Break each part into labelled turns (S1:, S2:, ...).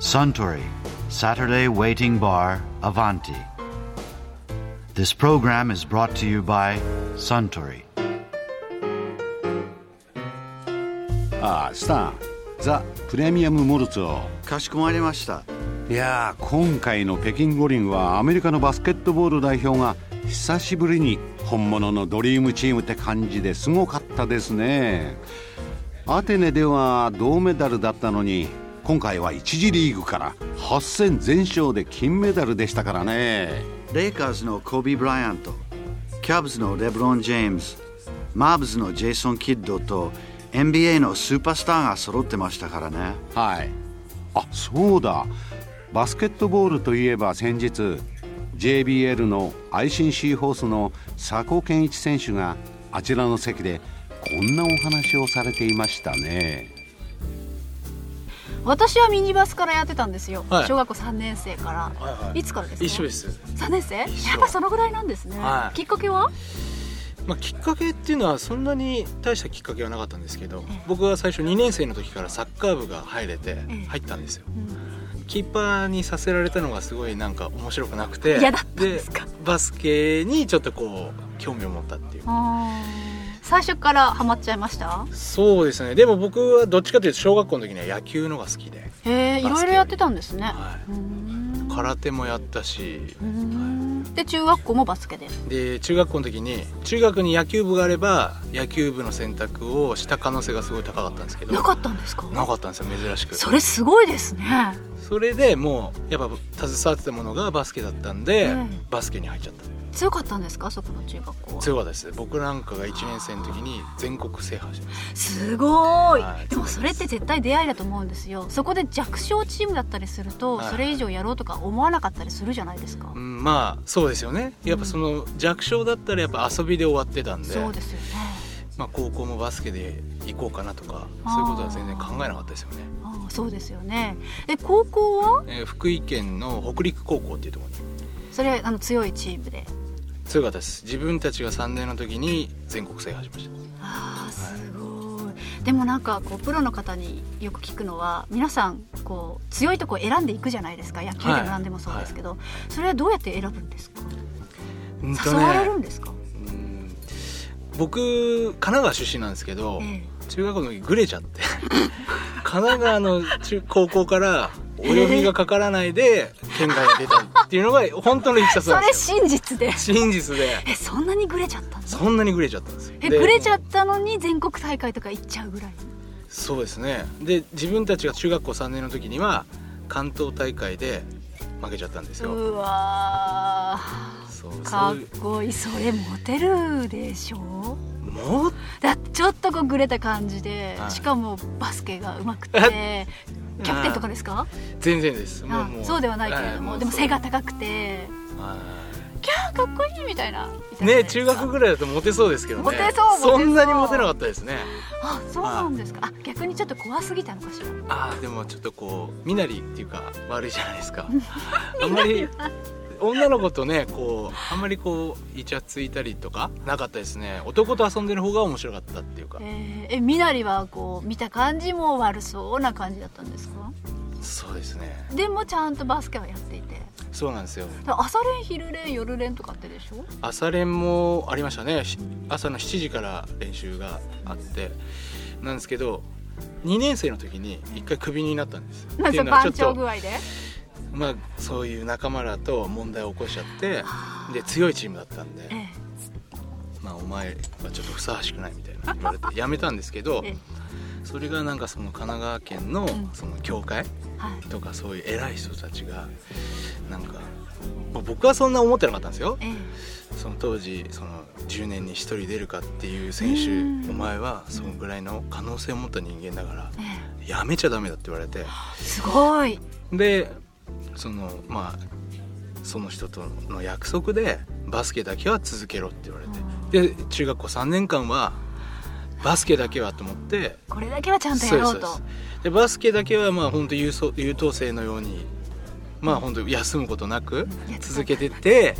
S1: Suntory Saturday Waiting Bar Avanti. This program is brought to you by Suntory.
S2: ああスタンザ・プレミアム・モルツを
S3: かしこまりました
S2: いやー今回の北京五輪はアメリカのバスケットボール代表が久しぶりに本物のドリームチームって感じですごかったですねアテネでは銅メダルだったのに今回は1次リーグから8戦全勝で金メダルでしたからね
S3: レイカーズのコビー・ブライアントキャブズのレブロン・ジェームズマーブズのジェイソン・キッドと NBA のスーパースターが揃ってましたからね
S2: はいあそうだバスケットボールといえば先日 JBL の ICC ホースの佐古健一選手があちらの席でこんなお話をされていましたね
S4: 私はミニバスからやってたんですよ、
S5: はい
S4: 小学校3年生から、
S5: はい
S4: い
S5: はい
S4: つからですか
S5: 一緒です、
S4: 3年生やっ
S5: 緒
S4: ぱそのぐらいなんですね、
S5: はい
S4: きっかけは
S5: まあ、きっかけっていうのはそんなに大したきっかけはなかったんですけど僕は最初2年生の時からサッカー部が入れて
S4: え
S5: 入ったんですよ
S4: ん
S5: キーパーにさせられたのがすごいなんか面白くなくて
S4: 嫌だったんですか
S5: バスケにちょっとこう興味を持ったっていう
S4: あー最初からハマっちゃいました
S5: そうですねでも僕はどっちかというと小学校の時には野球のが好きで、
S4: へえい
S5: バスケより
S4: ろいろやってたんですね、
S5: は
S4: うーん
S5: い、空手もやったし
S4: うーんで中学校もバスケで
S5: で中学校の時に中学に野球部があれば野球部の選択をした可能性がすごい高かったんですけど
S4: なかったんですか
S5: なかったんですよ珍しく
S4: それすごいですね
S5: それでもうやっぱ携わってたものがバスケだったんで、
S4: うん
S5: バスケに入っちゃった
S4: 強かったんですかそこの中学校は
S5: 強かったです僕なんかが1年生の時に全国制覇してます
S4: すごい、
S5: はい
S4: でもそれって絶対出会いだと思うんですよそこで弱小チームだったりすると、
S5: はい
S4: それ以上やろうとか思わなかったりするじゃないですか、
S5: うんまあそうですよねやっぱその弱小だったらやっぱ遊びで終わってたんで
S4: そうですよね
S5: まあ、高校もバスケで行こうかなとかそういうことは全然考えなかったですよね、
S4: ああそうですよねで高校は
S5: えー福井県の北陸高校っていうところに
S4: それあの強いチームで
S5: 強かったです自分たちが3年の時に全国制覇しました
S4: ああすごいでもなんかこうプロの方によく聞くのは皆さんこう強いとこ選んでいくじゃないですか野球でも
S5: はい
S4: 何でもそうですけど、それはどうやって選ぶんですか、
S5: うんと
S4: 誘
S5: ね
S4: われるんですか、
S5: うん僕神奈川出身なんですけど、
S4: え
S5: 中学校の時グレちゃって 神奈川の中高校からお呼びがかからないで県外に出たっていうのが本当のいきさ
S4: え、
S5: つ
S4: そ
S5: なんで
S4: れ
S5: すよ
S4: 真実で
S5: 真実で
S4: えそんなにグレちゃったんです
S5: そんなにグレちゃったんですよ
S4: え
S5: で
S4: ぐれちゃったのに全国大会とか行っちゃうぐらい
S5: そうですねで自分たちが中学校3年の時には関東大会で負けちゃったんですよ
S4: うわ
S5: そう
S4: ーか
S5: そ
S4: っ
S5: ういう
S4: こいいそれモテるでしょ
S5: もう
S4: だってちょっとこうぐれた感じで、
S5: はい
S4: しかもバスケがうまくて キャプテンとかですか
S5: 全然ですもう
S4: あ
S5: もう
S4: そうではないけれども、
S5: は
S4: でも
S5: そう
S4: 背が高くて
S5: は
S4: キャーかっこいいみたいなみた
S5: い
S4: いな
S5: ね中学ぐらいだとモテそうですけどね
S4: モテそうモテそう
S5: そんなにモテなかったですね
S4: あそうなんですかあ逆にちょっと怖すぎたのかしら
S5: ああでもちょっとこう身なりっていうか悪いじゃないですか あんまり女の子とねこうあんまりこうイチャついたりとかなかったですね男と遊んでる方が面白かったっていうか
S4: えーえみなりはこう見た感じも悪そうな感じだったんですか
S5: そうですね
S4: でもちゃんとバスケはやっていて
S5: そうなんですよ
S4: 朝練昼練夜練とかってでしょ
S5: 朝練もありましたねし朝の7時から練習があってなんですけど2年生の時に一回クビになったんですよ
S4: ま
S5: ってい
S4: ず
S5: うのは
S4: 番長具合で
S5: まあ、そういう仲間らと問題を起こしちゃってで強いチームだったんで、
S4: ええ
S5: まあ、お前はちょっとふさわしくないみたい な言われて辞めたんですけど
S4: ええ
S5: それがなんかその神奈川県の
S4: ん
S5: その教会
S4: はい
S5: とかそういう偉い人たちがなんか、まあ僕はそんな思ってなかったんですよ
S4: ええ
S5: その当時その10年に1人出るかっていう選手お前はそのぐらいの可能性を持った人間だから
S4: え
S5: やめちゃダメだって言われて
S4: えすごい
S5: でそのまあその人との約束でバスケだけは続けろって言われてで中学校3年間はバスケだけはと思って
S4: これだけはちゃんと
S5: そ
S4: や
S5: うです
S4: ろ
S5: そううで
S4: と
S5: すでバスケだけはまあ本当優勝優等生のようにまあ本当休むことなく
S4: いや
S5: 続けてって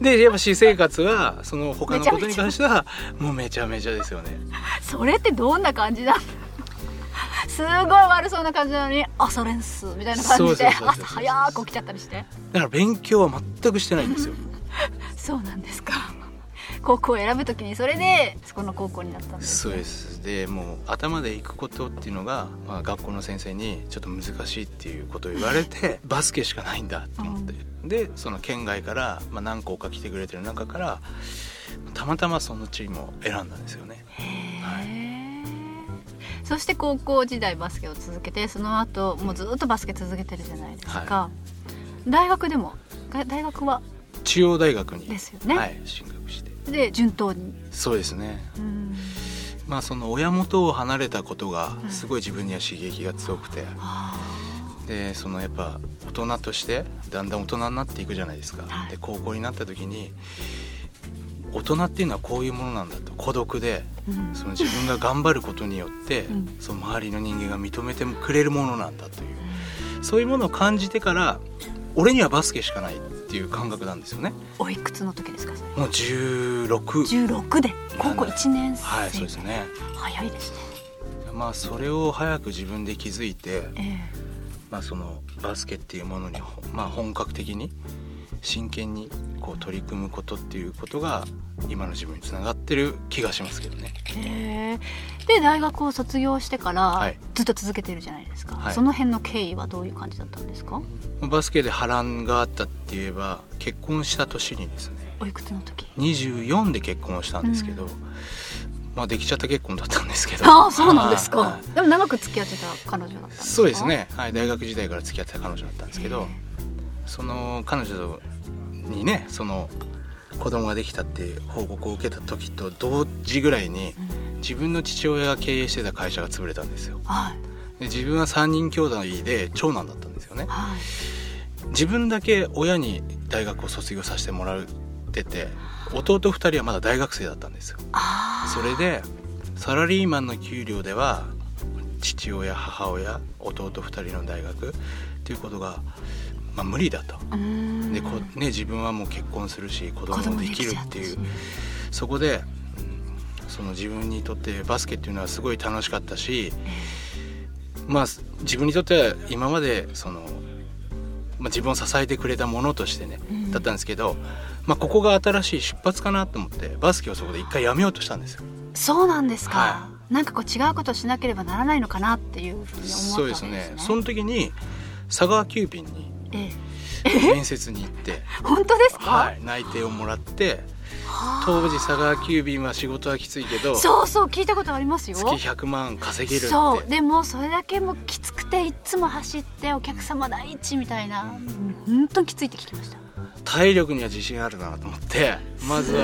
S5: でやっぱ私生活はその他のことに関してはもうめちゃめちゃですよね
S4: それってどんな感じだ すごい悪そうな感じなのに「朝練っす」みたいな感じで
S5: そうそうそうそう
S4: 朝早く起きちゃったりして
S5: だから勉強は全くしてないんですよ
S4: そうなんですか高校を選ぶときにそれでそこの高校になったんです
S5: そうですでもう頭で行くことっていうのが、まあ、学校の先生にちょっと難しいっていうことを言わ れてバスケしかないんだと思って、でその県外から、まあ、何校か来てくれてる中からたまたまそのチームを選んだんですよね
S4: へえそして高校時代バスケを続けてその後もうずっとバスケ続けてるじゃないですか、
S5: は
S4: 大学でもが大学は
S5: 中央大学に
S4: ですよね
S5: はい、進学して
S4: で順当に
S5: そうですね
S4: うん
S5: まあその親元を離れたことがすごい自分には刺激が強くて、でそのやっぱ大人としてだんだん大人になっていくじゃないですか、
S4: はい
S5: で高校になった時に大人っていうのはこういうものなんだと孤独で
S4: うん
S5: その自分が頑張ることによって、
S4: ん
S5: その周りの人間が認めてくれるものなんだというそういうものを感じてから俺にはバスケしかないっていう感覚なんですよね
S4: おいくつの時ですかそれ
S5: もう16
S4: 16で高校1年生、
S5: はいそうですね
S4: 早いですね
S5: まあそれを早く自分で気づいて、
S4: え
S5: まあ、そのバスケっていうものに、まあ、本格的に真剣にこう取り組むことっていうことが今の自分につながってる気がしますけどね。
S4: えへえで大学を卒業してから、
S5: はい
S4: ずっと続けてるじゃないですか、
S5: はい
S4: その辺の経緯はどういう感じだったんですか
S5: バスケで波乱があったって言えば結婚した年にですね
S4: おいくつの時
S5: 24で結婚をしたんですけど、まあできちゃった結婚だったんですけど
S4: ああそうなんですか、
S5: はいはい
S4: でも長く付き合ってた彼女だったんですか
S5: そうですね、はい、大学時代から付き合ってた彼女だったんですけどその彼女にねその子供ができたっていう報告を受けた時と同時ぐらいに自分の父親が経営してた会社が潰れたんですよ
S4: はい
S5: で自分は3人兄弟で長男だったんですよね
S4: はい
S5: 自分だけ親に大学を卒業させてもらってて弟2人はまだ大学生だったんですよ
S4: あ
S5: それでサラリーマンの給料では父親母親弟2人の大学っていうことが、まあ、無理だと
S4: あうーん
S5: でこ、ね、自分はもう結婚するし子
S4: 子
S5: 供も
S4: 供
S5: で
S4: で
S5: き
S4: き
S5: る
S4: ちゃ
S5: っ
S4: ってて
S5: い
S4: い
S5: う
S4: う
S5: そこでうんその自分にとってバスケっていうのはすごい楽しかったしまあ自分にとっては今までその、まあ、自分を支えてくれたものとしてね
S4: ん
S5: だったんですけど、まあ、ここが新しい出発かなと思ってバスケをそこで一回やめようとしたんですよ。
S4: そうなんですか、
S5: は
S4: なんかこう違うことをしなければならないのかなっていうふうに思ったんですね
S5: そうですねその時に佐川急便に
S4: ええ
S5: 面接に行って、
S4: 本当ですか、
S5: はい、内定をもらって当時佐川急便は仕事はきついけど月
S4: そうそう聞いたことありますよ
S5: 100万稼げるって
S4: そうでもそれだけもうきつくていっつも走ってお客様第一みたいな本当にきついって聞きました
S5: 体力には自信あるなと思ってま
S4: す
S5: ず
S4: ご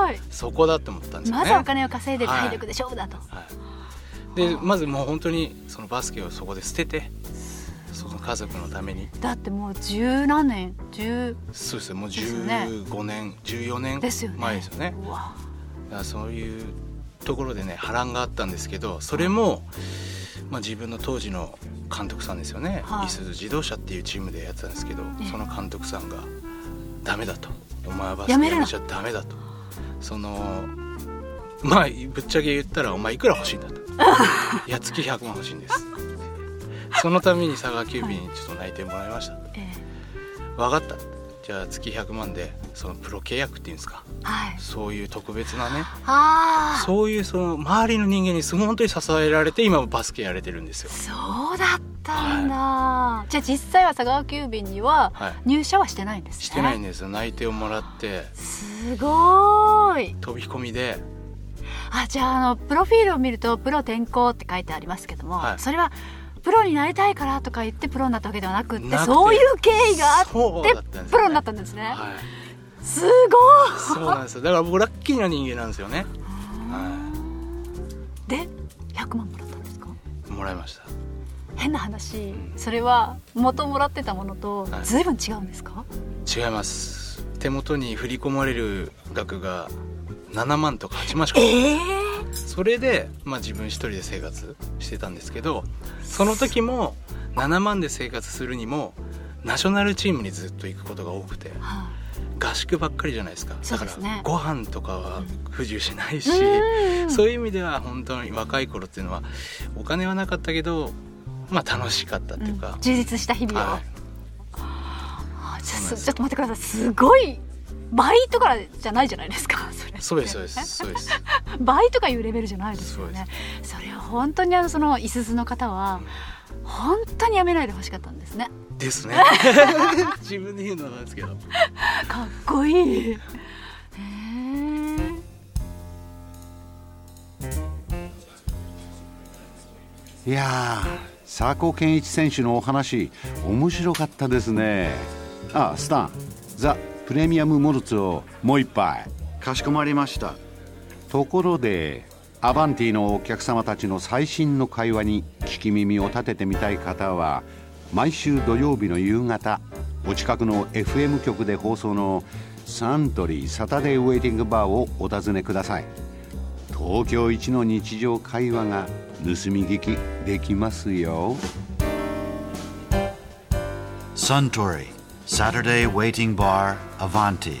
S5: はいそこだと思ったんですよね。
S4: まずはお金を稼いで体力で勝負だと、
S5: はい、でまずもう本当にそのバスケをそこで捨ててその家族のために
S4: だってもう十何年十
S5: そうですねもう
S4: ですよね
S5: 15年、14年
S4: ですよね
S5: 前ですよね。
S4: うわ
S5: だからそういうところでね波乱があったんですけどそれも、まあ、自分の当時の監督さんですよね、
S4: はい
S5: いすゞ自動車っていうチームでやってたんですけど
S4: ええ
S5: その監督さんが「ダメだ」と「お前はバスケ
S4: や
S5: や
S4: めるな
S5: めちゃダメだ」とそのまあぶっちゃけ言ったら「お前いくら欲しい んだ」と「やっつき100万欲しいんです」そのために佐川急便にちょっと内定もらいましたと
S4: え
S5: 「分かった」じゃあ月100万でそのプロ契約っていうんですか
S4: えはい
S5: そういう特別なね
S4: ああ
S5: そういうその周りの人間にすごい本当に支えられて今もバスケやれてるんですよ。
S4: そうだったんだ、じゃあ実際は佐川急便には
S5: はい
S4: 入社はしてないんですね
S5: してないんですよ内定をもらって
S4: すごーい
S5: 飛び込みで
S4: あじゃああのプロフィールを見ると「プロ転向」って書いてありますけども、
S5: はい
S4: それはプロになりたいからとか言ってプロになったわけではなくって
S5: なくて
S4: そういう経緯があって
S5: そうだったんですよね
S4: プロになったんですね、
S5: はい
S4: すご
S5: そうなんですよだから僕ラッキーな人間なんですよねはい
S4: で100万もらったんですか
S5: いもらいました
S4: 変な話それは元もらってたものと
S5: はい
S4: 随分違うんですか、
S5: 違います手元に振り込まれる額が7万とか8万しかない
S4: ええ
S5: それで、まあ、自分一人で生活してたんですけどその時も7万で生活するにもナショナルチームにずっと行くことが多くて
S4: はい
S5: 合宿ばっかりじゃないですか
S4: そ
S5: だ
S4: う
S5: か
S4: で
S5: ら
S4: すね
S5: ご飯とかは不自由しないし、
S4: うん
S5: そういう意味では本当に若い頃っていうのはお金はなかったけどまあ楽しかったっていうか、
S4: 充実した日々を、
S5: はい
S4: あち
S5: そう
S4: ょ
S5: なんで
S4: ちょ
S5: す
S4: っと待ってくださいすごい倍とかじゃないじゃないですかそれ
S5: そうですそうですそうです
S4: 倍とかいうレベルじゃないですよねそれは本当にあのそのいすゞの方は本当にやめないでほしかったんですね
S5: で すね自分で言うのはなんですけど
S4: かっこいいへえ
S2: いやー佐古健一選手のお話面白かったですねあスタンザ・プレミアム・モルツをもう一杯
S3: かしこまりました
S2: ところでアバンティのお客様たちの最新の会話に聞き耳を立ててみたい方は毎週土曜日の夕方お近くの FM 局で放送のサントリーサタデーウェイティングバーをお尋ねください東京一の日常会話が盗み聞きできますよ
S1: Suntory, Saturday Waiting Bar, Avanti.